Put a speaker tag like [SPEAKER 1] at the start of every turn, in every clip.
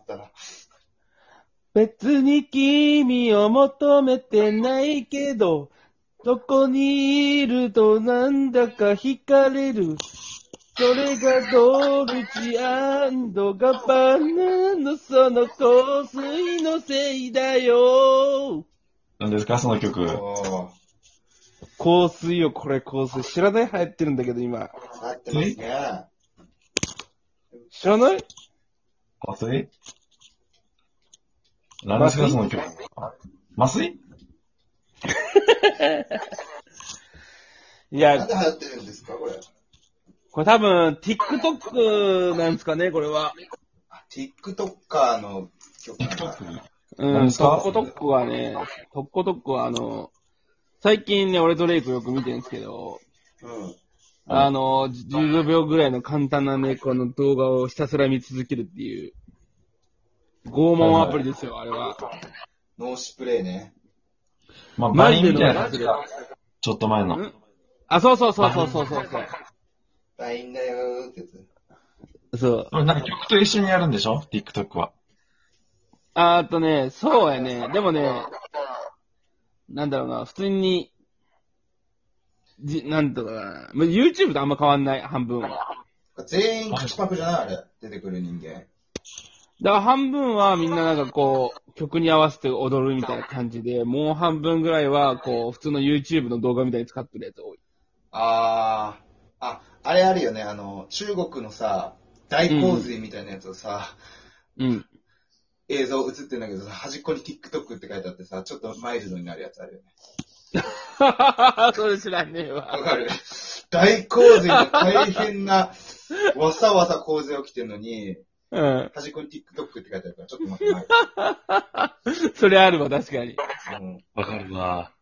[SPEAKER 1] ったら。
[SPEAKER 2] 別に君を求めてないけど、どこにいるとなんだか惹かれる。それがドルチアンドガバナのその香水のせいだよ。
[SPEAKER 3] 何ですかその曲。
[SPEAKER 1] おー。
[SPEAKER 2] 香水よ、これ香水。知らない流行ってるんだけど今。
[SPEAKER 1] なってますね。
[SPEAKER 2] 知らない
[SPEAKER 3] 麻酔何ですかその曲。麻酔
[SPEAKER 2] い
[SPEAKER 1] なん
[SPEAKER 2] や、
[SPEAKER 1] で流行ってるんですか、これ。
[SPEAKER 2] これ多分 TikTok なんですかね、これは。
[SPEAKER 1] TikToker の曲なんだ。
[SPEAKER 2] う
[SPEAKER 3] 何
[SPEAKER 2] ん、
[SPEAKER 3] ですか
[SPEAKER 2] トッコトッコはね、トッコトッコはあの、最近ね、俺とレイクよく見てるんですけど、
[SPEAKER 1] うん。
[SPEAKER 2] あの、15秒ぐらいの簡単なね、この動画をひたすら見続けるっていう、拷問アプリですよ、あれは。
[SPEAKER 1] 脳死プレイね。
[SPEAKER 3] まあ、
[SPEAKER 2] マ
[SPEAKER 3] バ
[SPEAKER 2] ジ
[SPEAKER 3] イ
[SPEAKER 2] で
[SPEAKER 3] ンみたい
[SPEAKER 2] の
[SPEAKER 3] な。
[SPEAKER 2] 外れ
[SPEAKER 3] ちょっと前
[SPEAKER 2] う
[SPEAKER 3] の。
[SPEAKER 2] んあ、そうそうそうそうそうそう。
[SPEAKER 1] LINE だよーってやつ。
[SPEAKER 2] そう。
[SPEAKER 3] なんか曲と一緒にやるんでしょ ?TikTok は。
[SPEAKER 2] あーっとね、そうやね。でもね、なんだろうな、普通に、じ、なんとかな。まあ YouTube とあんま変わんない、半分は。だか
[SPEAKER 1] 全員口パクじゃないあれ。出てくる人間。
[SPEAKER 2] ら半分はみんななんかこう、曲に合わせて踊るみたいな感じで、もう半分ぐらいはこう、普通の YouTube の動画みたいに使ってるやつ多い。
[SPEAKER 1] あー。あ、あれあるよね。あの、中国のさ、大洪水みたいなやつをさ、
[SPEAKER 2] うん。
[SPEAKER 1] 映像映ってんだけどさ、端っこに TikTok って書いてあってさ、ちょっとマイルドになるやつあるよね。
[SPEAKER 2] それ知らねえわ
[SPEAKER 1] わ。か る大洪水の大変な、わさわさ洪水起きてんのに、
[SPEAKER 2] うん。
[SPEAKER 1] 端っこに TikTok って書いてあるから、ちょっと待ってない。
[SPEAKER 2] それあるわ、確かに。
[SPEAKER 1] うん
[SPEAKER 3] わかるわ。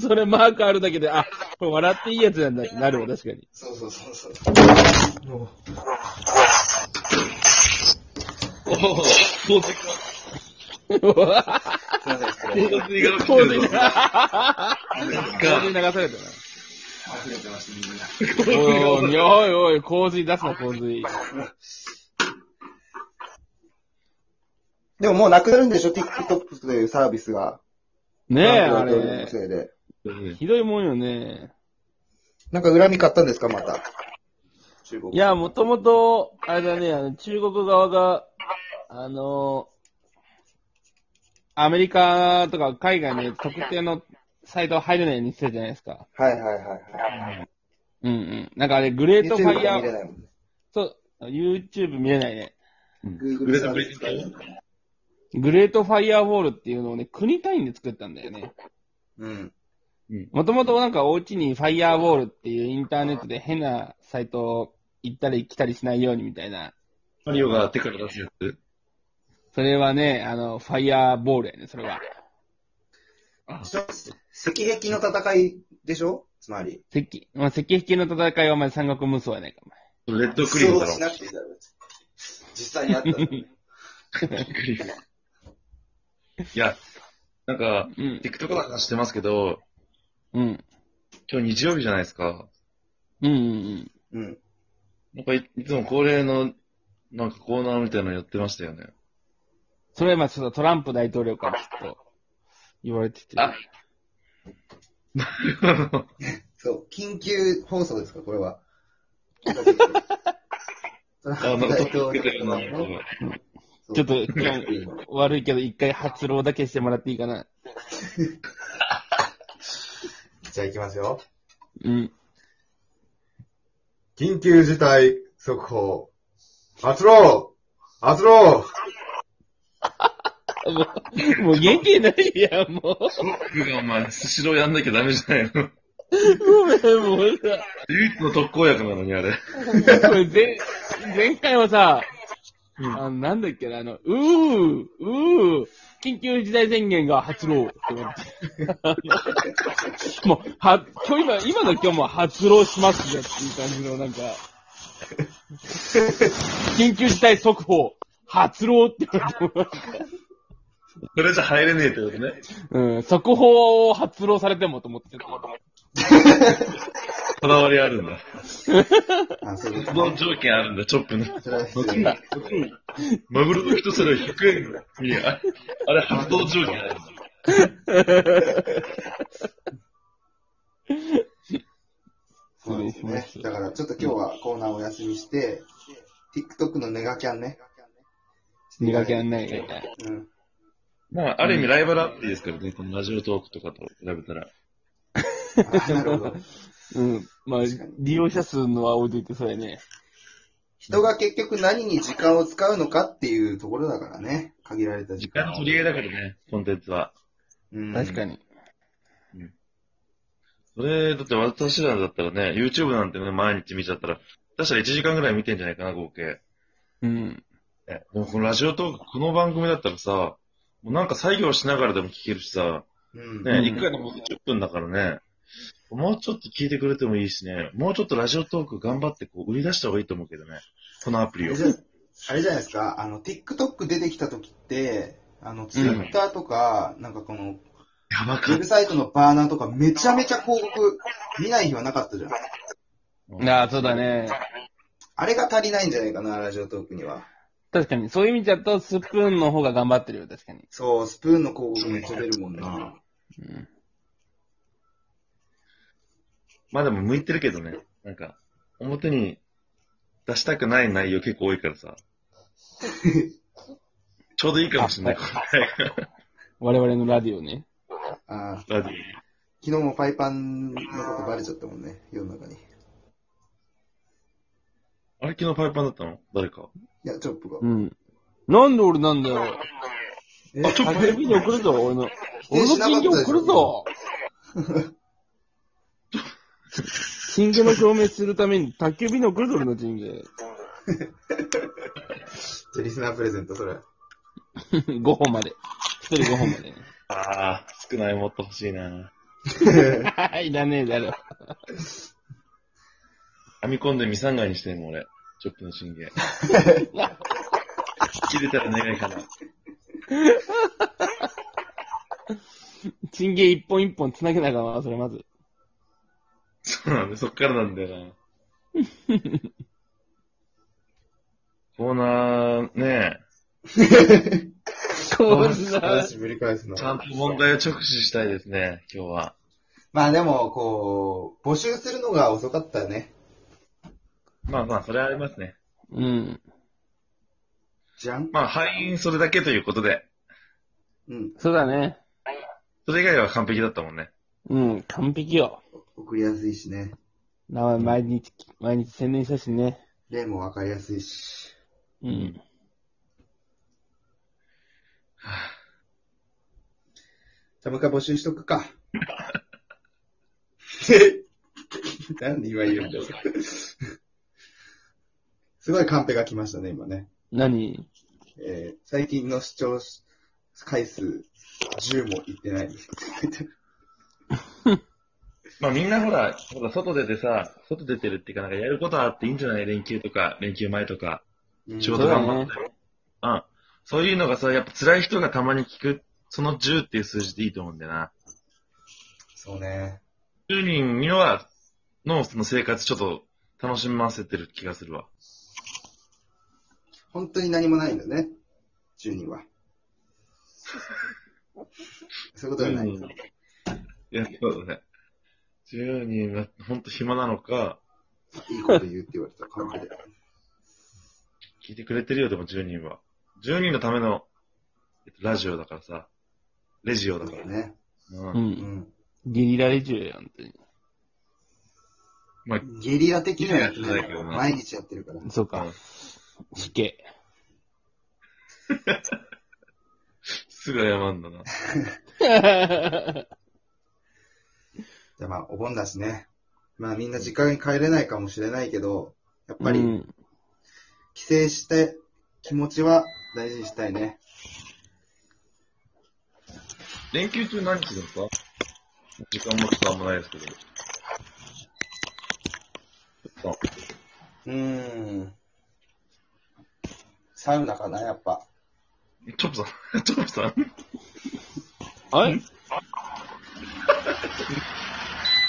[SPEAKER 2] それマークあるだけで、あ、これ笑っていいやつなんだってなるわ、確かに。
[SPEAKER 1] そうそうそうそう。
[SPEAKER 3] おお、洪水か。
[SPEAKER 1] すいません、失礼。
[SPEAKER 3] 水が
[SPEAKER 2] 洪水に洪水
[SPEAKER 3] か。
[SPEAKER 2] に流されたな。
[SPEAKER 1] 溢れてました、みん
[SPEAKER 2] お
[SPEAKER 1] な。
[SPEAKER 2] いおい、おいおい、洪水出すな、洪水。
[SPEAKER 1] でももうなくなるんでしょ ?TikTok というサービスが。
[SPEAKER 2] ねえ、あ
[SPEAKER 1] トランプ大統領の
[SPEAKER 2] れ。
[SPEAKER 1] せいで。
[SPEAKER 2] ひどいもんよね。
[SPEAKER 1] なんか恨み買ったんですかまた。中国。
[SPEAKER 2] いや、もともと、あれだね、あの、中国側が、あの、アメリカとか海外の特定のサイト入れないようにしてたじゃないですか。
[SPEAKER 1] はいはいはいは
[SPEAKER 2] うんうん。なんかあれ、グレ
[SPEAKER 1] い。
[SPEAKER 2] ートファイヤ
[SPEAKER 1] YouTube 見れ
[SPEAKER 2] ー、
[SPEAKER 1] ないもんね。
[SPEAKER 2] そう、YouTube 見れないね。
[SPEAKER 1] Google サービス使う
[SPEAKER 2] グレートファイヤーウォールっていうのをね、国単位で作ったんだよね。
[SPEAKER 1] うん。
[SPEAKER 2] もともとなんかお家にファイヤーウォールっていうインターネットで変なサイト行ったり来たりしないようにみたいな。
[SPEAKER 3] マリオが手から出すやつ。
[SPEAKER 2] それはね、あの、ファイヤーボールやね、それは。
[SPEAKER 1] 石壁の戦いでしょつまり。
[SPEAKER 2] 石、まあ、石壁の戦いはお前三国無双やないか、
[SPEAKER 3] レッドクリーム
[SPEAKER 1] そう
[SPEAKER 3] だろ
[SPEAKER 1] し。なくていいだろ。実 際にあったんだね
[SPEAKER 3] いや、なんか、
[SPEAKER 2] お前。
[SPEAKER 3] TikTok の話してますけど、
[SPEAKER 2] うん。うん。
[SPEAKER 3] 今日日曜日じゃないですか。
[SPEAKER 2] うんうん
[SPEAKER 1] うん。
[SPEAKER 3] なんかいいつも恒例の、なんかコーナーみたいなのやってましたよね。
[SPEAKER 2] それは今ちょっとトランプ大統領からちょっと言われてて。
[SPEAKER 3] あ
[SPEAKER 1] そう。緊急放送ですかこ れは。
[SPEAKER 3] あの、
[SPEAKER 1] 大
[SPEAKER 3] 音
[SPEAKER 1] 統
[SPEAKER 3] つけ
[SPEAKER 1] 領
[SPEAKER 3] てるの
[SPEAKER 1] のね
[SPEAKER 2] ちょっと今日悪いけど一回発露だけしてもらっていいかな。
[SPEAKER 1] じゃあ行きますよ。
[SPEAKER 2] うん。
[SPEAKER 1] 緊急事態速報。発露発露
[SPEAKER 2] もう、 もう元気ないやん、 もう。
[SPEAKER 3] 僕がお前、スシローやんなきゃダメじゃないの。
[SPEAKER 2] ごめん、もうさ。
[SPEAKER 3] 唯一の特効薬なのにあれ。
[SPEAKER 2] これ前、前回はさ、
[SPEAKER 3] うん
[SPEAKER 2] あの、なんだっけな、あの、うー、うー、緊急事態宣言が発露ってなって。もう、は、今日今、今の今日も発露しますよっていう感じの、なんか、緊急事態速報、発露って言われても
[SPEAKER 3] それじゃ入れねえってことね。
[SPEAKER 2] うん、速報を発露されてもと思ってた。
[SPEAKER 3] こだわりあるんだ。
[SPEAKER 1] あ、そういう
[SPEAKER 3] そ
[SPEAKER 1] こと
[SPEAKER 3] の
[SPEAKER 1] ね。
[SPEAKER 3] 条件あるんだ、チョップの。
[SPEAKER 1] それは失礼。
[SPEAKER 3] マグロの一皿100円。いや、あれ、発動条件あるんだ。
[SPEAKER 1] そうですね。だからちょっと今日はコーナーお休みして、TikTok のネガキャンね。
[SPEAKER 2] ネガキャンないね。
[SPEAKER 1] うん。
[SPEAKER 3] まあ、ある意味ライバルアプリですからね、このラジオトークとかと比べたら。
[SPEAKER 1] あなるほど。
[SPEAKER 2] うん。まあ、利用者数の青で言ってそうやね。
[SPEAKER 1] 人が結局何に時間を使うのかっていうところだからね。限られた時
[SPEAKER 3] 時
[SPEAKER 1] 間
[SPEAKER 3] 間の取り合いだからね、コンテンツは。
[SPEAKER 1] うん
[SPEAKER 2] 確かに。
[SPEAKER 3] それ、だって私らだったらね、YouTube なんてね、毎日見ちゃったら、確か1時間ぐらい見てんじゃないかな、合計。
[SPEAKER 2] うん。
[SPEAKER 3] ね、でもこのラジオトーク、この番組だったらさ、もうなんか作業しながらでも聞けるしさ、
[SPEAKER 1] うん。
[SPEAKER 3] ね、
[SPEAKER 2] うん
[SPEAKER 3] 1回のこと10分だからね、もうちょっと聞いてくれてもいいしね、もうちょっとラジオトーク頑張ってこう売り出した方がいいと思うけどね、このアプ
[SPEAKER 1] あ
[SPEAKER 3] リを
[SPEAKER 1] れ。じゃあれじゃないですか、あの、TikTok 出てきた時って、あの、Twitter とか、なんかこの、
[SPEAKER 3] やば
[SPEAKER 1] ウ
[SPEAKER 3] か
[SPEAKER 1] ェ
[SPEAKER 3] っ
[SPEAKER 1] ブサイトのバーナーとかめちゃめちゃ広告見ない日はなかったじゃん。
[SPEAKER 3] た。
[SPEAKER 2] ああ、そうだね。
[SPEAKER 1] あれが足りないんじゃないかな、ラジオトークには。
[SPEAKER 2] 確かに、そういう意味だと、スプーンの方が頑張ってるよ、確かに。
[SPEAKER 1] そう、スプーンの広告めっちゃ出るもんな。
[SPEAKER 2] うん。
[SPEAKER 3] まあでも向いてるけどね、なんか、表に出したくない内容結構多いから さ。ちょうどいいかもしれない、こ れ。
[SPEAKER 2] 我々のラディオね。
[SPEAKER 1] あー
[SPEAKER 3] ラジオ
[SPEAKER 1] 昨日もパイパンのことバレちゃったもんね、世の中に。い
[SPEAKER 3] あれ昨日パイパンだったの誰か。
[SPEAKER 1] や、チョップが。
[SPEAKER 2] うん。なんで俺なんだよ。
[SPEAKER 1] え
[SPEAKER 3] あちょっと
[SPEAKER 2] テレビに送るぞ、俺の。俺の金魚送るぞ。金魚の証明するために、宅急便に送るぞ、俺の金 魚。
[SPEAKER 1] じゃあリスナープレゼント、それ。
[SPEAKER 2] 5本まで。一人5本までね。
[SPEAKER 3] ああ、少ないもっと欲しいな。
[SPEAKER 2] いらねえだろ。
[SPEAKER 3] 編み込んでミサンガイにしてんの、俺。チョップの信 玄。切れたら願いかな。
[SPEAKER 2] チンゲ一本一本繋げなあかんわ、それまず。
[SPEAKER 3] そうなんだ、そっからなんだ よな。コーナー、ね
[SPEAKER 2] こんな。
[SPEAKER 1] 話ぶり返す
[SPEAKER 3] え、
[SPEAKER 1] の
[SPEAKER 3] ちゃんと問題を直視したいですね、今日は。
[SPEAKER 1] まあでも、こう、募集するのが遅かったね。
[SPEAKER 3] まあまあ、それはありますね。
[SPEAKER 2] うん。
[SPEAKER 1] じゃん
[SPEAKER 3] まあ、敗因それだけということで、
[SPEAKER 1] うん。
[SPEAKER 2] そうだね。
[SPEAKER 3] それ以外は完璧だったもんね。
[SPEAKER 2] うん、完璧よ。
[SPEAKER 1] 送りやすいしね。
[SPEAKER 2] 名前毎日、毎日宣伝したしね。
[SPEAKER 1] 例もわかりやすいし。
[SPEAKER 2] うん。
[SPEAKER 1] じゃあもう一回募集しとく か。なんで今言うんだよ。すごいカンペが来ましたね、今ね。
[SPEAKER 2] 何
[SPEAKER 1] えー最近の視聴回数10もいってない。
[SPEAKER 3] まあみんなほら、ほら外出てさ、外出てるっていうか、なんかやることあっていいんじゃない連休とか、連休前とか、仕
[SPEAKER 1] ちょう
[SPEAKER 3] 事
[SPEAKER 1] ど
[SPEAKER 3] 頑張って。うん。そういうのがさ、やっぱ辛い人がたまに聞く、その10っていう数字でいいと思うんだよな。
[SPEAKER 1] そうね。
[SPEAKER 3] 10人には、のその生活ちょっと楽しませてる気がするわ。
[SPEAKER 1] 本当に何もないんだね。10人 は。そういうことじゃない。
[SPEAKER 3] いや、そうだね。10人はほんと暇なのか、
[SPEAKER 1] いいこと言うって言われたカンペで。
[SPEAKER 3] 聞いてくれてるよ、でも10人は。10人のための、えっとラジオだからさ。レジオだ
[SPEAKER 1] だ
[SPEAKER 3] か
[SPEAKER 1] からら。ね。
[SPEAKER 3] う。
[SPEAKER 2] うん。
[SPEAKER 1] うんん。
[SPEAKER 2] ゲリラレジュよ、本当に。
[SPEAKER 3] まあ、
[SPEAKER 1] ゲリラ的にはやってな
[SPEAKER 3] ゲリラ
[SPEAKER 1] い
[SPEAKER 3] じゃないけ
[SPEAKER 1] から。
[SPEAKER 3] どな
[SPEAKER 1] 毎日やってるから。
[SPEAKER 2] そうか。引け。
[SPEAKER 3] すぐ謝るんだな。
[SPEAKER 1] じゃあまあ、お盆だしね。まあみんな実家に帰れないかもしれないけど、やっぱ
[SPEAKER 2] う
[SPEAKER 1] り
[SPEAKER 2] ん
[SPEAKER 1] 帰省して気持ちは大事にしたいね。
[SPEAKER 3] 連休中何するんですか時間も時間もないですけど。あ
[SPEAKER 1] うーん。サウナかな、やっぱ。
[SPEAKER 3] チョップさん、チョ ップさん。
[SPEAKER 2] あれ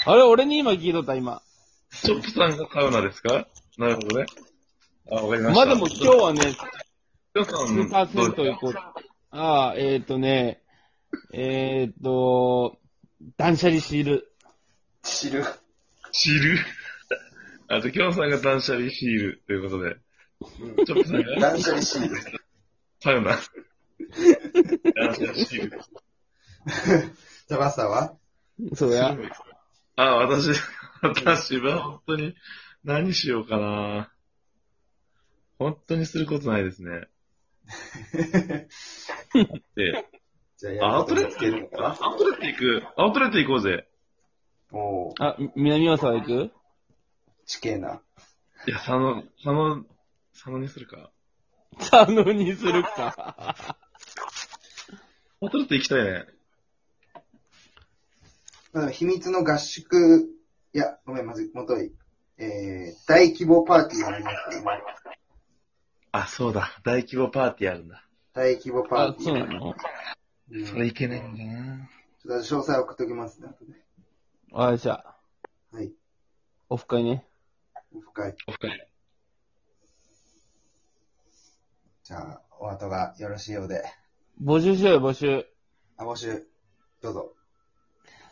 [SPEAKER 2] あれ、俺に今聞いとった、今。
[SPEAKER 3] チョップさんがサウナですかなるほどね。あ、わかりまし
[SPEAKER 2] ま
[SPEAKER 3] た。
[SPEAKER 2] あでも今日はね、
[SPEAKER 3] ヒロさ
[SPEAKER 2] スー
[SPEAKER 3] ん
[SPEAKER 2] パー銭湯行こう。ああ、えっ、ー、とね、えっ、ー、と、断捨離している。
[SPEAKER 1] 知る。
[SPEAKER 3] シールあと、きょんさんが断捨離シールということ で。チョップさんが
[SPEAKER 1] 断捨離シール。
[SPEAKER 3] サウナ。断捨離シール。
[SPEAKER 1] ジャバさんは
[SPEAKER 2] そうや。
[SPEAKER 3] あ、私、私は本当に何しようかな。本当にすることないですね。で、
[SPEAKER 1] じゃあ
[SPEAKER 3] ア
[SPEAKER 1] や
[SPEAKER 3] ウトレット行こうかアウトレット行く。アウトレット行こうぜ。
[SPEAKER 1] おお
[SPEAKER 2] あ、南大沢行く
[SPEAKER 1] 地形な。
[SPEAKER 3] いや、佐野、佐野、佐野にするか。
[SPEAKER 2] 佐野にするか。
[SPEAKER 3] アウトレット行きたいね。
[SPEAKER 1] うん秘密の合宿、いや、ごめん、まずい、もとい。えー、大規模パーティーがありますね。
[SPEAKER 3] あ、そうだ。大規模パーティーあるんだ。
[SPEAKER 1] 大規模パー
[SPEAKER 2] あ、
[SPEAKER 1] ティー。
[SPEAKER 2] そうなの
[SPEAKER 1] うん
[SPEAKER 3] それ行けないんだな。
[SPEAKER 1] ちょっと詳細送っときますね、後で。
[SPEAKER 2] あじゃあ、
[SPEAKER 1] はい。
[SPEAKER 2] オフ会ね。
[SPEAKER 1] オフ会。
[SPEAKER 3] オフ会。
[SPEAKER 1] じゃあ、お後がよろしいようで。
[SPEAKER 2] 募集しようよ、募集。
[SPEAKER 1] あ、募集。どうぞ。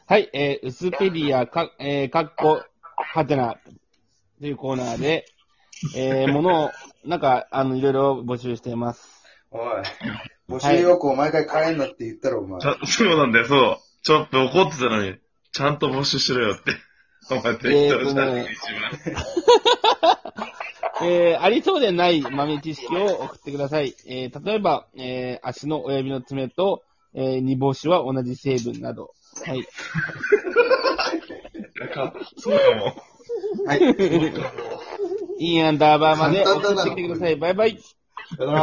[SPEAKER 2] はい、えー、ウスペディア、か、えー、かっこ、はてな、というコーナーで、えー、ものを、なんか、あの、いろいろ募集しています。
[SPEAKER 1] おい。 募集要項毎回変えんなって言ったろ、お前
[SPEAKER 3] ち。ゃそうなんだ よ、そう。ちょっと怒ってたのに、ちゃんと募集しろよって。お前、適当したね
[SPEAKER 2] ええー、ありそうでない豆知識を送ってください。えー、例えば、えー、足の親指の爪と、えー、煮干しは同じ成分など。はい。
[SPEAKER 3] 一番かそうかも。
[SPEAKER 1] はい。
[SPEAKER 2] インアンダーバーまで送ってきてください。バイバイ。
[SPEAKER 1] さよなら